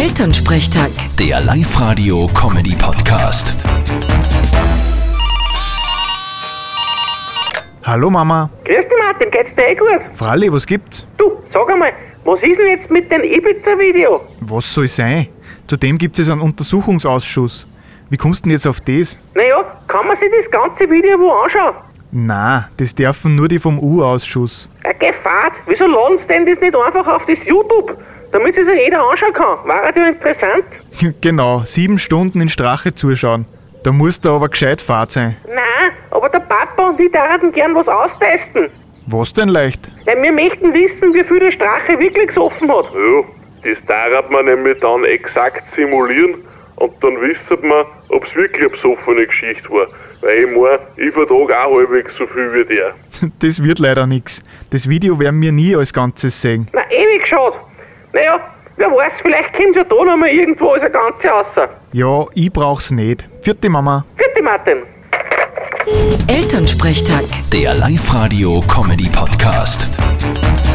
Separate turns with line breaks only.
Elternsprechtag.
Der Live-Radio-Comedy-Podcast.
Hallo Mama.
Grüß dich Martin, geht's dir eh gut?
Fralli, was gibt's?
Du, sag einmal, was ist denn jetzt mit dem Ibiza-Video?
Was soll sein? Zudem gibt's jetzt einen Untersuchungsausschuss. Wie kommst denn jetzt auf das?
Naja, kann man sich das ganze Video wo anschauen?
Na, das dürfen nur die vom U-Ausschuss.
Ja, Gefahrt, wieso laden sie denn das nicht einfach auf das YouTube? Damit sich jeder anschauen kann. War ja interessant.
genau, sieben Stunden in Strache zuschauen. Da musst du aber gescheit fahrt sein.
Nein, aber der Papa und ich würden gern was austesten.
Was denn leicht?
Ja, wir möchten wissen, wie viel der Strache wirklich gesoffen hat.
Ja, das darf man nämlich dann exakt simulieren und dann wissen wir, ob es wirklich eine besoffene Geschichte war. Weil ich meine, ich vertrage auch halbwegs so viel wie der.
Das wird leider nix. Das Video werden wir nie als Ganzes sehen.
Na, ewig schade. Naja, wer weiß, vielleicht kommt's ja da nochmal irgendwo als ein Ganze raus.
Ja, ich brauch's nicht. Vierte Mama.
Vierte Martin.
Elternsprechtag.
Der Live-Radio-Comedy-Podcast.